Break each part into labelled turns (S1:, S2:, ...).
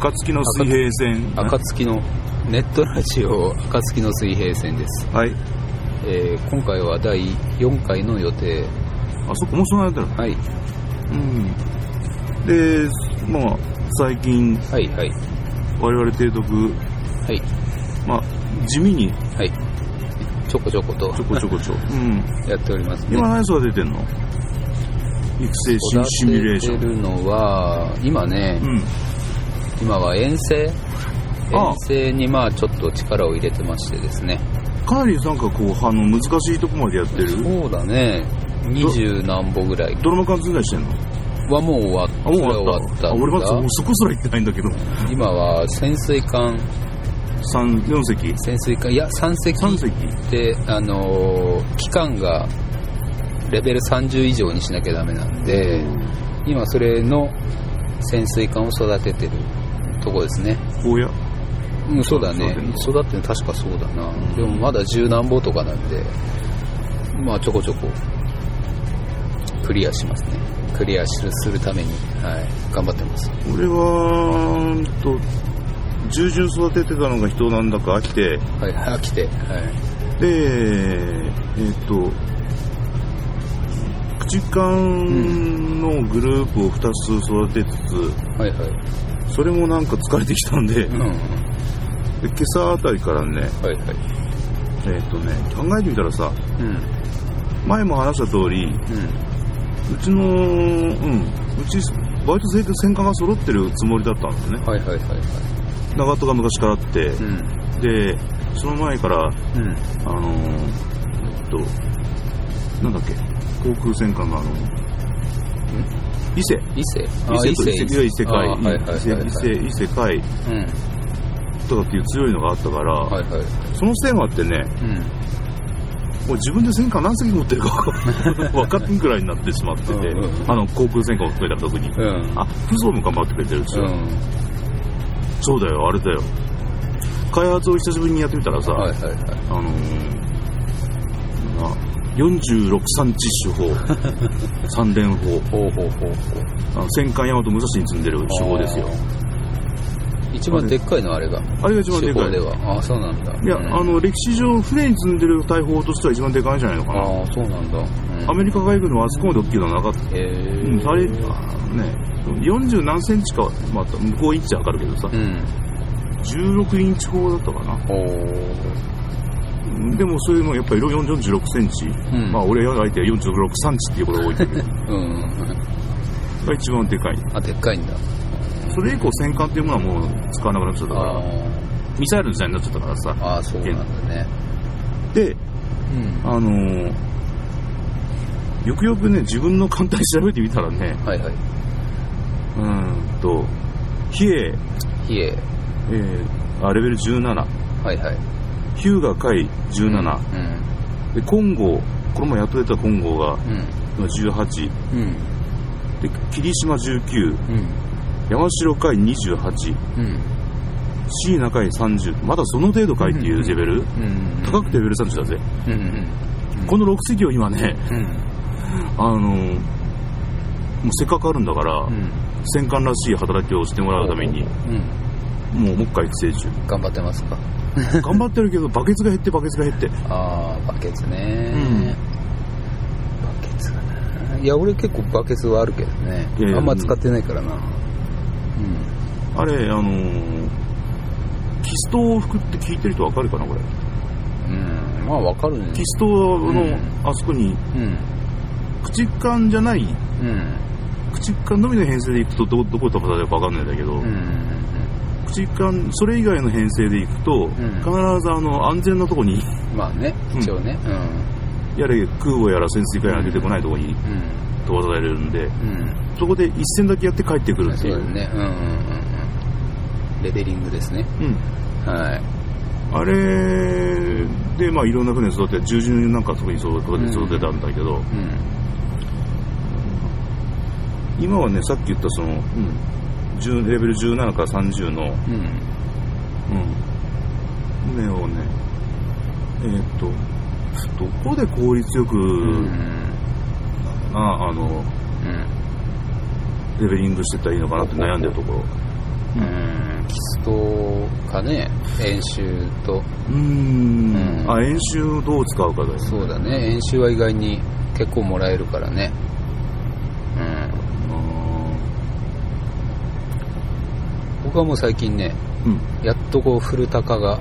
S1: 暁の水平線
S2: 暁のネットラジオ暁の水平線です、
S1: はい
S2: えー今回は第4回の予定
S1: あそこもうそんなやったの
S2: はい
S1: うんでまあ最近
S2: はいはい
S1: 我々提督
S2: はい
S1: まあ地味に
S2: はいちょこちょこと
S1: ちょこちょこちょ、うん、
S2: やっておりますね
S1: 今何育ててんの育成シシミュレーショ
S2: 育て
S1: ン
S2: てるのは今ね、
S1: うん
S2: 今は遠征
S1: あ
S2: 遠征にまあちょっと力を入れてましてですね
S1: かなりなんかこうあの難しいとこまでやってる
S2: そうだね二十何歩ぐらい
S1: ドラマ缶通いしてんの
S2: はもう終わっ
S1: あもう終わった
S2: それは
S1: あ
S2: 終
S1: 俺
S2: わ
S1: ま
S2: っ
S1: だ
S2: た
S1: そ
S2: んだ
S1: そこすら行ってないんだけど
S2: 今は潜水艦
S1: 三四隻
S2: 潜水艦いや3隻
S1: 三隻
S2: で、あのー期間がレベル30以上にしなきゃダメなんで今それの潜水艦を育ててるとこですね
S1: こうや
S2: うんそうだね
S1: そ
S2: 育ってるの確かそうだなでもまだ十何歩とかなんでまあちょこちょこクリアしますねクリアするするために、はい、頑張ってます
S1: 俺はうんと従順育ててたのが人なんだか飽きて
S2: はいはい飽きてはい
S1: でえっと駆逐艦のグループを2つ育てつ
S2: はいはい
S1: つそれもなんか疲れてきたんで,、
S2: う
S1: で
S2: んはい
S1: 今朝あたりからね
S2: はい
S1: えっとね考えてみたらさ
S2: うん
S1: 前も話した通り
S2: うん
S1: うちのうんうちバイト生戦艦が揃ってるつもりだったんですね
S2: はいはいはいはい
S1: 長門が昔からあって、
S2: うん
S1: でその前から
S2: うん
S1: あのーえっと、なんだっけ、航空戦艦のあの、伊勢。
S2: 伊勢
S1: 伊勢と伊勢伊勢
S2: あ
S1: 海、
S2: はいはいはいはい
S1: 伊勢、伊勢、伊勢海
S2: うん
S1: とかっていう強いのがあったから、
S2: はいはい
S1: その線はあってね、
S2: うん
S1: もう自分で戦艦何隻持ってるか分かってんく らいになってしまってて、
S2: うんうんうん
S1: あの、航空戦艦を含めたら特に。
S2: うん
S1: あ、フゾも頑張ってくれてるんです
S2: う
S1: よ、
S2: ん
S1: そうだよ、あれだよ。開発を久しぶりにやってみたらさ、
S2: はいはいはい
S1: あのー、46産地手法、 三連法、
S2: ほうほうほうほう
S1: あの戦艦大和武蔵に積んでる手法ですよ。
S2: 一番でっかいのあれが
S1: あれが一番
S2: 手
S1: でか
S2: 法
S1: い。
S2: ではああそうなんだ
S1: いや、
S2: うん
S1: あの、歴史上、船に積んでる大砲としては一番でかいんじゃないのかな。
S2: ああそうなんだ、うん
S1: アメリカ海軍のあそこまで大きいのはなかった。
S2: へえ
S1: うん、あれ、あね、40何センチか、まあ、向こうインチはわかるけどさ
S2: う、ん
S1: 16インチ砲だったかな。
S2: ほう
S1: うんでも、そういうの、やっぱり46センチ。
S2: うん
S1: まあ、俺は相手は46産地っていうことが多いんだけど、
S2: うん
S1: が一番でかい。
S2: あでっかいんだ
S1: それ以降戦艦っていうものはもう使わなくなっちゃったか
S2: あ
S1: らミサイルの時代になっちゃったからさ
S2: ーあーそうなんだね
S1: で
S2: うん
S1: あのー、よくよくね自分の艦隊調べてみたらね
S2: はいはいう
S1: ーんと比叡、
S2: 比叡
S1: えーあレベル17
S2: はいはい
S1: ヒューガ海17、
S2: うん
S1: でコンゴこれもやっと出たコンゴが18
S2: うん
S1: で霧島19
S2: うん
S1: 山城海28
S2: うんうん
S1: 椎名海30まだその程度海っていうレベル、
S2: うん
S1: 高くてレベル30だぜ
S2: うんうん
S1: この6隻を今ね
S2: うん
S1: あのもうせっかくあるんだから、
S2: うん
S1: 戦艦らしい働きをしてもらうために、
S2: うん、
S1: もうもう一回育 成中。
S2: 頑張ってますか
S1: 頑張ってるけど、バケツが減って、バケツが減って。
S2: ああバケツね、
S1: うん
S2: バケツがないや俺結構バケツはあるけどね、
S1: いやいや
S2: あんま使ってないからなうん
S1: あれ、あのー、喫ストを吹くって聞いてる人わかるかな、これ。
S2: うんまあわかるね
S1: キストの、
S2: うん
S1: あそこに、
S2: うん
S1: 駆逐艦じゃない、
S2: うん
S1: 駆逐艦のみの編成で行くとど、どこ飛ばされるかわかんないんだけど、
S2: うん
S1: 駆逐艦、それ以外の編成で行くと、
S2: ん
S1: 必ずあの、安全なとこに、
S2: まあね
S1: うん
S2: 一応ねうん
S1: やれ空母やら潜水艦やら出てこないとこに
S2: うん
S1: 飛ばされるんで、
S2: うん
S1: そこで一戦だけやって帰ってくるって
S2: そ
S1: いう
S2: だ
S1: う。
S2: ねうんうんうんレベリングですね
S1: うん。
S2: はい
S1: あれで、まあ、いろんな船育てて、従順なんか特にそうとかで育てたんだけ
S2: う
S1: ど、
S2: ん
S1: 今はね、さっき言ったその、うん、10レベル17から30の、
S2: うん
S1: うん、船をね、えーっと、どこで効率よく、
S2: うん
S1: ああの、レベリングしてったらいいのかなって悩んでるところ。
S2: うんキストかね演習と
S1: うーん
S2: うん
S1: あ、演習をどう使うかだよ。
S2: そうだね演習は意外に結構もらえるからねう
S1: あ
S2: ん僕はもう最近ね
S1: ーうん。
S2: やっとこう古高が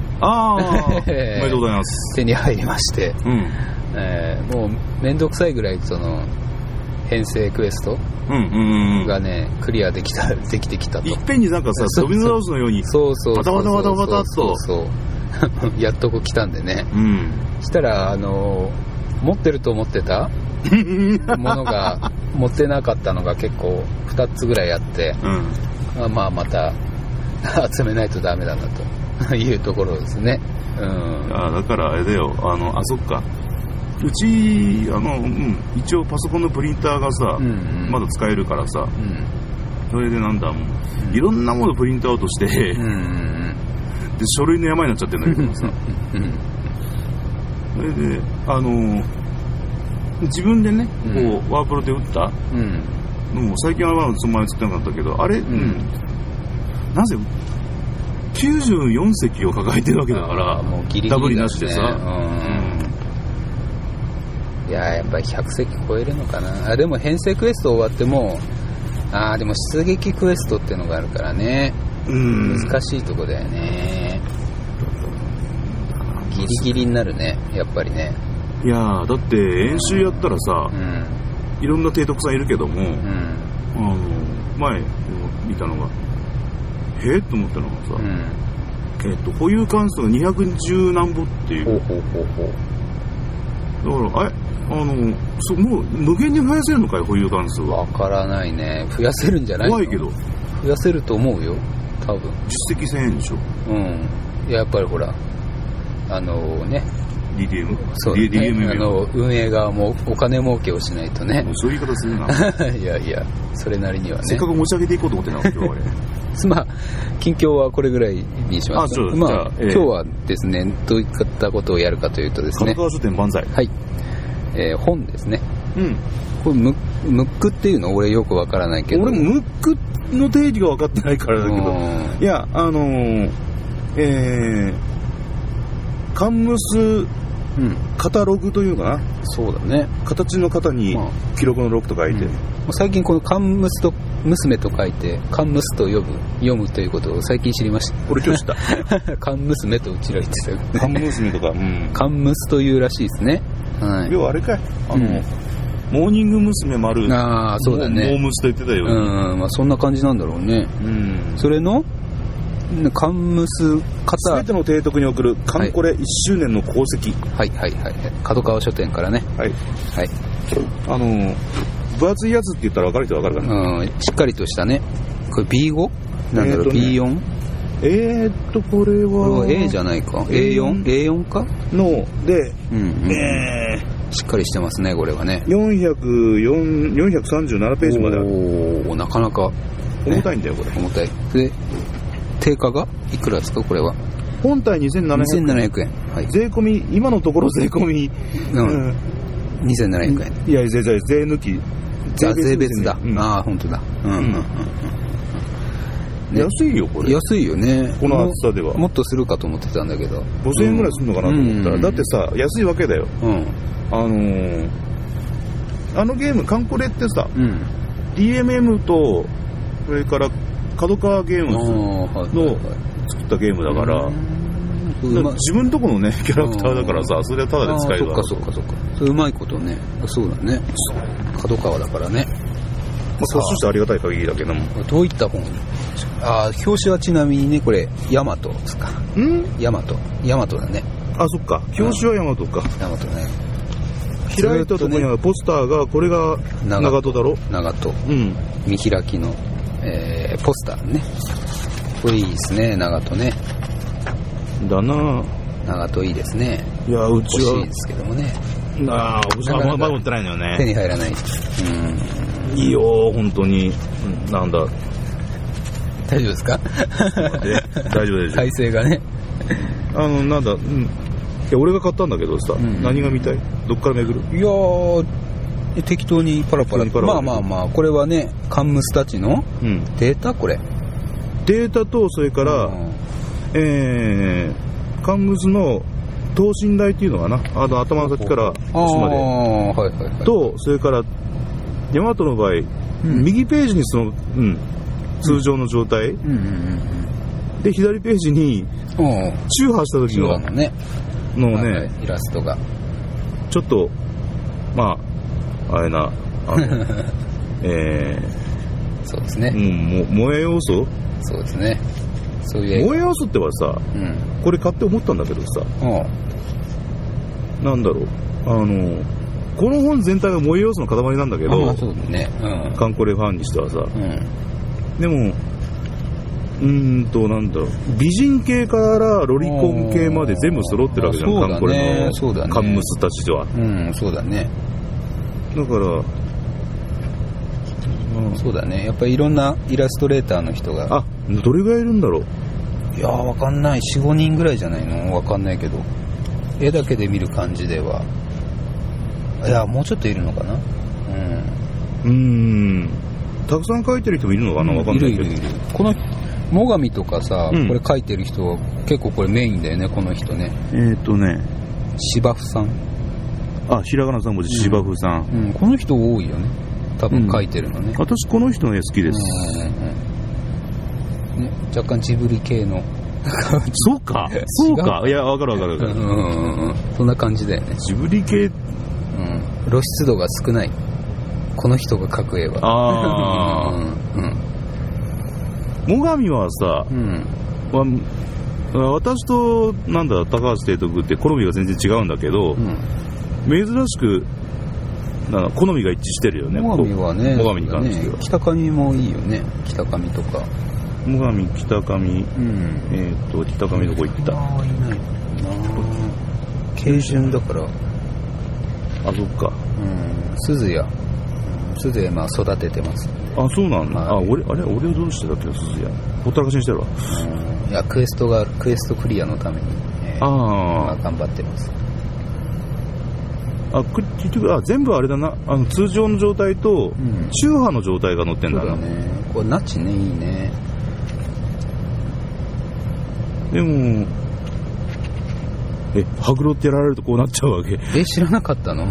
S1: ああ、おめでとうございます。
S2: 手に入りまして、
S1: うん。
S2: えーもうめんどくさいぐらいその編成クエスト
S1: うん、うん、うん。
S2: がね、クリアできた できてきたと
S1: いっぺんになんかさ、
S2: そう
S1: ドミノダウスのように、
S2: そうそうそうそう
S1: バタバタバタバタっと
S2: そうそう やっとこう来たんでね
S1: うん。
S2: したらあの持ってると思って たものが持ってなかったのが結構2つぐらいあって
S1: うん。
S2: あまあまた 集めないとダメだなと いうところですねうん
S1: あだからあれだよ、あの、あ、そっか。うち、あの、うん、一応パソコンのプリンターがさ、
S2: うんうん
S1: まだ使えるからさ、
S2: うん
S1: それでなんだ、もう、いろんなものプリントアウトして、
S2: う
S1: で、
S2: んうん
S1: 書類の山になっちゃってるんだけどさ、
S2: うん
S1: それで、あの、自分でね、こう、ワープロで打った、
S2: うん
S1: もう最近はまだその前作ってなかったけど、あれ、うんん、なぜ、94席を抱えてるわけだから、
S2: あーもうギリギリだね
S1: ダブりなしでさ、
S2: うんいやーやっぱり100席超えるのかなあでも編成クエスト終わってもああでも出撃クエストってのがあるからね
S1: うん、うん、
S2: 難しいとこだよね、ギリギリになるねやっぱりね
S1: いやーだって演習やったらさ
S2: う、ん
S1: いろんな提督さんいるけども、
S2: うん
S1: あの前見たのが、へえって思ったのがさ、
S2: うん
S1: えっと、保有関数が210何歩ってい
S2: ほう
S1: う、
S2: ほうほうほう
S1: だから、あれ、あのそうもう無限に増やせるのかい、保有関数は。
S2: わからないね増やせるんじゃないの
S1: 怖いけど、
S2: 増やせると思うよ多分
S1: 実績1000円でしょ、
S2: うんいややっぱりほらあのね
S1: DDM。
S2: そうね
S1: DDM
S2: あの運営側もお金儲けをしないとね
S1: もうそういう言い方 するな。
S2: いやいや、それなりにはね。
S1: せっかく持ち上げていこうと思ってな、今日は俺。
S2: まあ、近況はこれぐらいにします。
S1: あそう
S2: ま
S1: じゃ
S2: あ
S1: あ、ええ
S2: 今日はですね、どういったことをやるかというとです
S1: 金
S2: ね、
S1: 川書店万歳。
S2: はい、えー本ですね。
S1: うん。
S2: これム、ムックっていうの俺よくわからないけど。
S1: 俺、ムックの定義が分かってないからだけど、いや、あのー、えー、カンムス
S2: うん、うん、
S1: カタログというのかな
S2: そうだね。
S1: 形の型に
S2: まあ
S1: 記録のロと書いて、
S2: うん最近このカンムスと娘と書いて、カンムスと呼ぶ、読むということを最近知りまし。
S1: 俺今日知っ た
S2: カン娘とうちら言ってたけ
S1: た。
S2: ど
S1: カン
S2: ね。
S1: ム娘とか、うん。
S2: カンムスというらしいですね。はい。
S1: 要はあれかい、あの、
S2: うん
S1: モーニング娘。丸、
S2: ああ、そうだね。
S1: モームスと言ってたように。
S2: うん、まあそんな感じなんだろうね。
S1: うん
S2: それの、んカンムス
S1: す
S2: 型、は
S1: べ
S2: い
S1: ての提督に送る、カンコレ1周年の功績。
S2: はいはいはい、角川書店からね、
S1: はい。
S2: はい
S1: あのー、分厚いやつって言ったら分かる人は分かるかな。
S2: うん、しっかりとしたね、これ B5? なんだろう、
S1: えーとね
S2: B4?
S1: えーっと、これ
S2: こ
S1: は、
S2: れは A じゃないか、A4?
S1: A4
S2: A4 か、
S1: の、で、
S2: うんうん、
S1: えー、
S2: しっかりしてますね、これはね。
S1: 404 437ページまである
S2: おおなかなか
S1: 重たいんだよこれ
S2: 重たい。で、定価がいくらですか、これは。
S1: 本体2700円
S2: 2700円。はい。
S1: 税込み今のところ税込み、
S2: う、
S1: うんん
S2: 2700円。
S1: いや税税税抜き
S2: あ税別だ。
S1: うん
S2: ああ、本当だ。うんうんうんね
S1: 安いよこれ
S2: 安いよね
S1: この厚さでは
S2: もっとするかと思ってたんだけど
S1: 5000円ぐらいするのかなと思ったら、
S2: うん
S1: だってさ安いわけだよ
S2: うん
S1: あのーあのゲームカンコレってさ
S2: うん、
S1: DMM とそれから角川ゲー
S2: ああ
S1: ム
S2: はい
S1: のったゲームだから、
S2: う
S1: だか
S2: んう
S1: ら
S2: まい
S1: 自分とこのね、キャラクターだからさ、それはただで使える
S2: あーそっかそっかそっかそれうまいことねそうだね角川だからね
S1: まあ、そうしてありがたい限りだけども。
S2: これどういった本あー表紙はちなみにねこれヤマトですか
S1: ん
S2: ヤマトヤマトだね
S1: あ、そっか。表紙は山とか。
S2: ヤマトね
S1: 開いたとこにあるポスターが、これが長門だろ
S2: 長門
S1: うん。
S2: 見開きの、えーポスターねこれいいですね長門ね
S1: だなぁ
S2: 長門いいですね
S1: いや、う
S2: 欲し
S1: ち
S2: い
S1: は
S2: で、すけどもね
S1: ああ、僕
S2: なかなか
S1: はまだ持ってないのよ
S2: 手
S1: ね。
S2: に入らないうん
S1: いいよ、本当に。うんな んだ。
S2: 大丈夫ですか
S1: で大丈夫です。
S2: 体勢がね
S1: あの、なんだ、うん。いや、俺が買ったんだけどさ、
S2: ん
S1: 何が見たいどっから巡る
S2: いやー適当にパラパラ
S1: 適当に
S2: まあ
S1: パラパラ
S2: まあまあこれはねカンムスたちの
S1: うん。
S2: データこれ
S1: データと、それから、
S2: うん
S1: えー、カンムスの等身大っていうのかな。あの、頭の先から
S2: あ
S1: 足
S2: あ
S1: ま
S2: は
S1: で。
S2: いはいはい
S1: と、それから、ヤマトの場合、
S2: うん
S1: 右ページにその、うん、通常の状態、
S2: うんうん
S1: で、左ページに、
S2: うんうんうん
S1: チューハーした時
S2: 中
S1: の
S2: 盤のね
S1: のね、
S2: はいイラストが
S1: ちょっと、まあ、あれな、あ の、え
S2: そうです
S1: ー、う
S2: ね
S1: ん、も萌え要素
S2: そうですねそういう映画
S1: 萌え要素ってはさ、
S2: うん
S1: これ買って思ったんだけどさ、
S2: おう
S1: なんだろう、あの、この本全体が萌え要素の塊なんだけ
S2: あ
S1: ど
S2: あ、そうだね
S1: カンコレファンにしてはさ、
S2: うんうん
S1: でも、うーんと、なんだろう、美人系からロリコン系まで全部揃ってるわけじゃん、
S2: あ
S1: カ
S2: ー
S1: ンコレの
S2: そうだねそうだね
S1: カンムスたちでは。
S2: うんそうだね
S1: だから、うん
S2: そうだねやっぱりいろんなイラストレーターの人が
S1: あ、どれぐらいいるんだろう。
S2: いやーわかんない45人ぐらいじゃないのわかんないけど絵だけで見る感じではいやーもうちょっといるのかなうん
S1: うーん。たくさん書いてる人もいるのかなわかんないけど。
S2: るいるいるこの最上とかさ、
S1: うん
S2: これ描いてる人は結構これメインだよねこの人ね
S1: えっ、とね、
S2: 芝生さん、
S1: あ、ひらがな3文字、芝生さん。
S2: うん、この人多いよね多分描いてるのね、
S1: 私、この人の絵好き
S2: う
S1: で
S2: ん
S1: す。
S2: うんうんね、若干ジブリ系の
S1: そうか、そうか。いや、わかるわかるわ
S2: う
S1: か
S2: ん
S1: る。
S2: うんうんうんそんな感じだよね、
S1: ジブリ系、
S2: うん、露出度が少ないこの人が描く絵は
S1: ああ。
S2: うん
S1: 最上はさ、
S2: うん
S1: わ私と、なんだ、高橋提督って好みが全然違うんだけど、
S2: うん
S1: 珍しく、なんだ好みが一致してるよね。
S2: 最上はね
S1: 最上に関しては
S2: ね北上もいいよね北上とか
S1: 最上、北上、
S2: うん
S1: えっ、と、北上どこ行った
S2: ああいないな軽順だから
S1: あ、そっか。
S2: うん鈴や鈴やまあ育ててます、
S1: あ、そうなんだ。
S2: はい
S1: あ、俺、あれ俺をどうしてたっけ、鈴や。ほったらかしにしてるわ。
S2: うん、いやクエストがクエストクリアのために、えーま
S1: あ
S2: あ頑張ってます
S1: あ、あ、く結局、あ、全部あれだな。あの、通常の状態と、
S2: ん
S1: 中波の状態が乗ってん
S2: そ
S1: だ
S2: うだ
S1: な。
S2: ねこれナチねいいね
S1: でも、え、ハグロってやられるとこうなっちゃう わけ。い
S2: え知らなかったの
S1: や、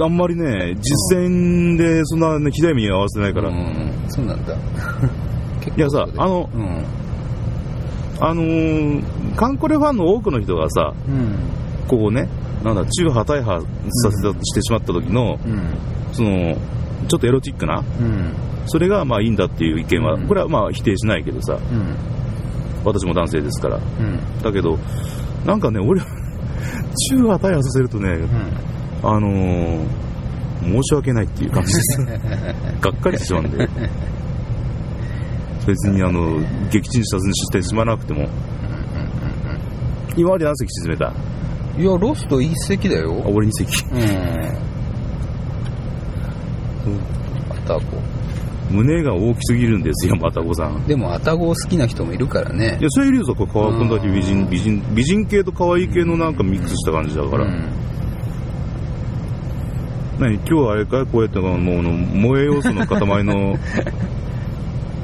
S1: あんまりね、実戦でそんなね、ひどい目に合わせてないから。
S2: う
S1: い
S2: んそうなんだ結構
S1: やさ
S2: そう、だ
S1: あ
S2: よ
S1: の、
S2: うん
S1: あのーカンコレファンの多くの人がさ、
S2: うん
S1: こうね、なんだ、中波大破させた、してしまった時の、
S2: うん
S1: その、ちょっとエロチックな、
S2: うん
S1: それがまあいいんだっていう意見は、
S2: うん
S1: これはまあ否定しないけどさ、
S2: うん
S1: 私も男性ですから。
S2: うん
S1: だけど、なんかね、俺は中は大破させるとね、
S2: うん
S1: あのー申し訳ないっていう感 じです。がっかりしてしまうんで。別にあの、撃沈さずにしてしまわなくても、今まで何隻沈めたあ
S2: いや、ロスト一隻だよ。
S1: 俺2隻。
S2: うん。アタゴ。
S1: 胸が大きすぎるんですよ、またごさん。
S2: でも、アタゴ好きな人もいるからね
S1: い。や、そういう理由とこ
S2: うん
S1: こんだけ美人、美人、美人系と可愛い系のなんかミックスした感じだから。
S2: うん
S1: 何今日はあれかいこうやってもうあの萌え要素の塊 の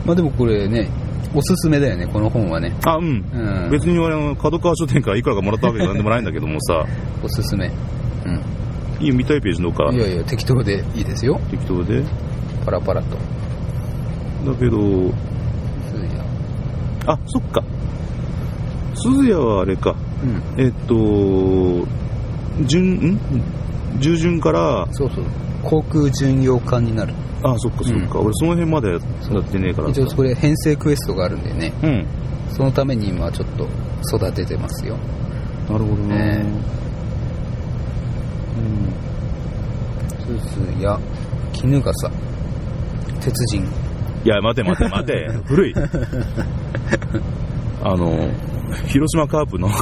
S2: まあでもこれね、おすすめだよね、この本はね。
S1: あうん
S2: うん。
S1: 別に俺あの角川書店からいくらかもらったわけじゃなんでもないんだけどもさ
S2: おすすめ。う
S1: いいよ見たいページのか
S2: ん。いやいや、適当でいいですよ。
S1: 適当でだ
S2: パラパラと。
S1: けど
S2: そういや
S1: あそっか鈴谷はあれか、
S2: うん
S1: えっと、順、ん従順から、
S2: そうそう航空巡洋艦になる
S1: あそっかそっか、俺その辺までやってねえから。
S2: 一応それ編成クエストがあるんでね
S1: うん。
S2: そのために今ちょっと育ててますよ
S1: なるほどね
S2: ね。スズや絹笠鉄人
S1: うん、いや、待て待て待て、古い。あの、広島カープの、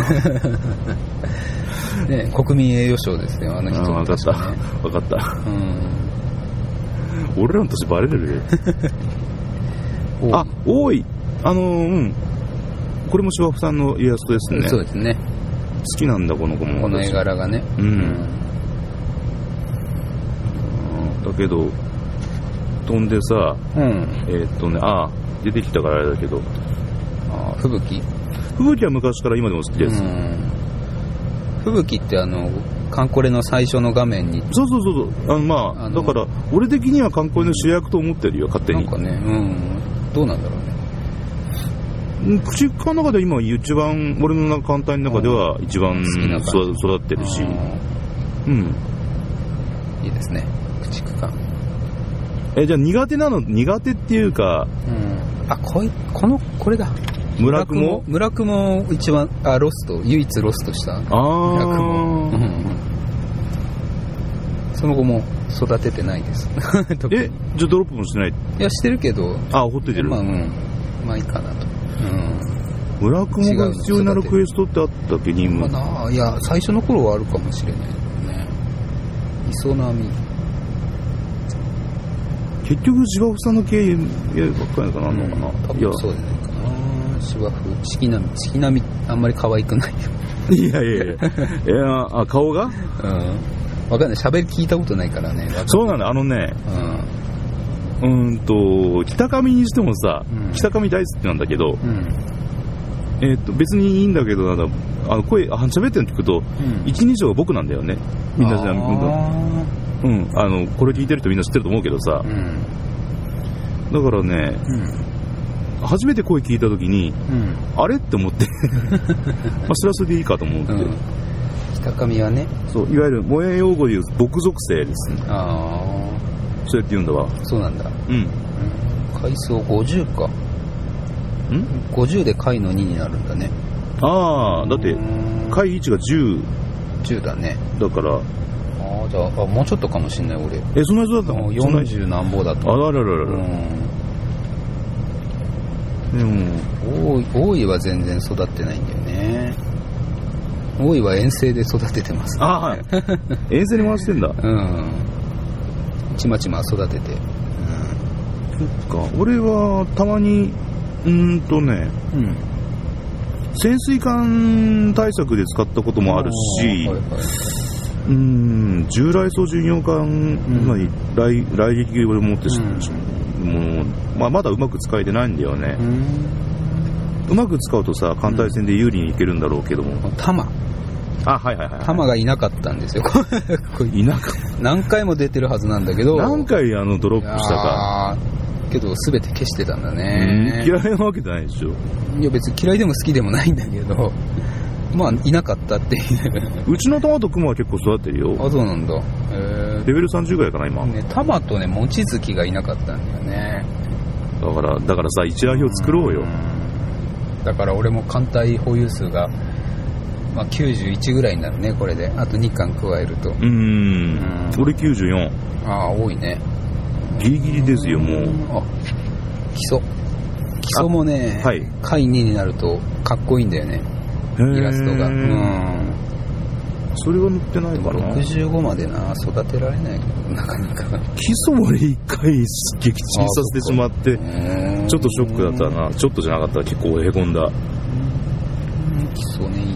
S2: ね国民栄誉賞ですよあの人
S1: あ分かった
S2: ね、
S1: 分かった。
S2: うん
S1: 俺らの年バレてるよ。
S2: お
S1: あ、多い。あの、うん。これも芝生さんのイラストですね。
S2: そう
S1: 好
S2: ですね
S1: きなんだ、この子も。
S2: この絵柄がね
S1: う。
S2: うん
S1: だけど、飛んでさ、
S2: うん
S1: えーっとね、あ出てきたからあれだけど、
S2: あー吹雪
S1: 吹雪は昔から今でも好きです。
S2: うん吹雪ってあのカンコレの最初の画面に
S1: そうそうそうそう、あのまあ、
S2: あ
S1: だ
S2: の
S1: から、俺的には観光の主役と思ってるよ、勝手
S2: なん
S1: に。
S2: かねうんどうなんだろうね
S1: うん口っかの中では今、一番、俺の中簡単の中では一番
S2: 好きな感
S1: 育育ってるし、
S2: あ
S1: うん。
S2: ーいいですね駆逐艦
S1: え、じゃあ苦手なの、苦手っていうか、
S2: うんあこいこのこれだ
S1: 村雲
S2: 村雲を一番あロスト唯一ロストした
S1: あ
S2: 村雲、うんう
S1: ー。
S2: んその後も育ててないです特に
S1: え、じゃあドロップもしない。
S2: いやしてるけど
S1: あ、ほっといてる
S2: まあ。うんまあいいかなとうん
S1: 村雲が必要になるクエストってあったっけ、任
S2: まあ
S1: 務。
S2: なあいや最初の頃はあるかもしれないけどね磯波
S1: 結局、芝生さんの経営ばっかりなのかな、あんのかな。
S2: 多
S1: いや
S2: 分そうじゃないかな芝生四季波四季波あんまり可愛くないよ
S1: いやいやい や。いや、あ、顔が
S2: うんわかんない喋り聞いたことないからね
S1: そうなんだ、あのね、
S2: うん
S1: うーんと、北上にしてもさ、
S2: うん
S1: 北上大好きなんだけど、
S2: うん
S1: えっと、別にいいんだけど、なんだ、あの、声、あ喋ってるの聞くと、
S2: うん
S1: 一人称が僕なんだよね。みんなじゃ
S2: あ
S1: あ、うん、あの、これ聞いてる人みんな知ってると思うけどさ
S2: ー、うん
S1: だからね、初めて声聞いた時に、
S2: うん
S1: あれって 思って、まあ、それはそれでいいかと思って、
S2: うんうん北上はね
S1: そう、いわゆる、萌え用語で言う、僕属性ですね。
S2: あ
S1: そうやって言うんだわ。
S2: あそうなんだ、
S1: うん。
S2: うん、階層50か
S1: ん
S2: 50で階の2になるんだね
S1: ああ、だって
S2: う、ん
S1: 会1が10
S2: 10だね
S1: だから、
S2: ああじゃああもうちょっとかもしんない俺
S1: え、そんな人だった
S2: も
S1: の
S2: う
S1: そんな
S2: 40何ぼだと
S1: あらららら
S2: う
S1: ら。
S2: ん
S1: でも、
S2: 多い多いは全然育ってないんだよね多いは遠征で育ててます
S1: あはい。 遠征に回してんだ。
S2: うんちまちま育てて
S1: そっか。俺は、たまに、うーんとね、
S2: うん、
S1: 潜水艦対策で使ったこともあるし、
S2: はいはいう
S1: ーん、従来層巡洋艦、
S2: ん
S1: まあ来来撃を持ってし、もう、まあ、まだうまく使えてないんだよね
S2: う。ん
S1: うまく使うとさ、艦隊戦で有利にいけるんだろうけども。
S2: 玉
S1: あ、はいはいはい。
S2: 玉がいなかったんですよ こい
S1: いなかった。
S2: 何回も出てるはずなんだけど
S1: 何回あのドロップしたか。
S2: あーけど全て消してたんだ
S1: うん
S2: ね
S1: 嫌いなわけじゃないでしょ。
S2: いや別に嫌いでも好きでもないんだけどまあいなかったっていう
S1: うちのトマトクマは結構育ってるよ。
S2: あそうなんだへえ
S1: レベル30ぐらいかな、今。
S2: ね、タマとね、餅月がいなかったんだよね。
S1: だから、だからさ、一覧表作ろうよ。
S2: んだから俺も艦隊保有数が、まあ、91ぐらいになるね、これで。あと2巻加えると。
S1: うー
S2: う
S1: ん。
S2: ん
S1: 俺94。
S2: ああ、多いね。
S1: ギリギリですよ、もう。
S2: あ、基礎。基礎もね、
S1: はい
S2: 回2になるとかっこいいんだよね、イラストが。
S1: へ
S2: う
S1: ー
S2: ん。
S1: それは載ってな
S2: で
S1: い
S2: も
S1: かな。基
S2: 65までな、育てられないけど、なかなか。
S1: 礎も俺一回撃沈させてしまって、
S2: うん
S1: ちょっとショックだった。な。ちょっとじゃなかった。結構へこんだ。
S2: うん基礎ね、いいよ。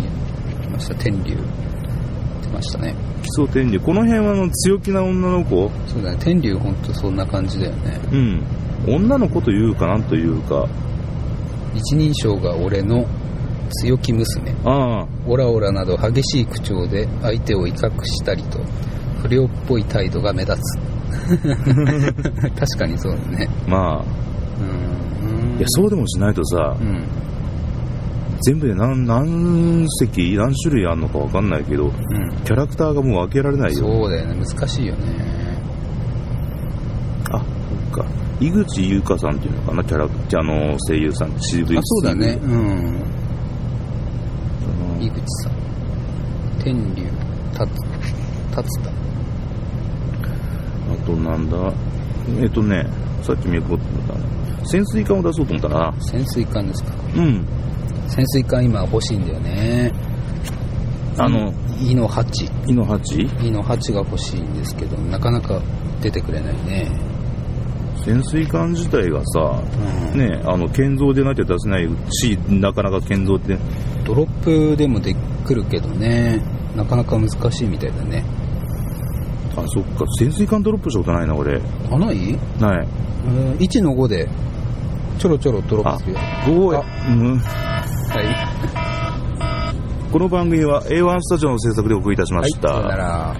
S2: 来ました、天竜。来ましたね。
S1: 基礎天理。この辺はあの強気な女の子
S2: そうだね、天竜ほんとそんな感じだよね。
S1: うん。女の子というかなんというか。
S2: 一人称が俺の強気娘。
S1: ああ。
S2: オラオラなど激しい口調で相手を威嚇したりと、不良っぽい態度が目立つ。 確かにそうだね。
S1: ま
S2: うー
S1: あ。
S2: ん。
S1: いや、そうでもしないとさ
S2: う、ん。
S1: 全部で何何席何種類あんのか分かんないけど
S2: うん
S1: キャラクターがもう開けられないよ
S2: そうだよね難しいよね
S1: あそっか井口優香さんっていうのかなキャラクターの声優さん CV
S2: あそうだねうん
S1: うん
S2: 井口さん天竜達達田
S1: あとなんだえっ、とねさっき見ようと思ったな潜水艦を出そうと思ったな
S2: 潜水艦ですか
S1: うん
S2: 潜水艦今欲しいんだよね
S1: あの
S2: イの八
S1: 井の八
S2: イの八が欲しいんですけどなかなか出てくれないね
S1: 潜水艦自体がさ
S2: うん
S1: ねあの建造でなきゃ出せないしなかなか建造って
S2: ドロップでもでくるけどねなかなか難しいみたいだね
S1: あそっか潜水艦ドロップしたことないな俺
S2: あない
S1: ない
S2: うん1の5でちょろちょろドロップするよ
S1: ゴ
S2: あ
S1: ーうん
S2: はい、
S1: この番組は A1 スタジオの制作でお送りいたしま
S2: はい、
S1: した、
S2: さよなら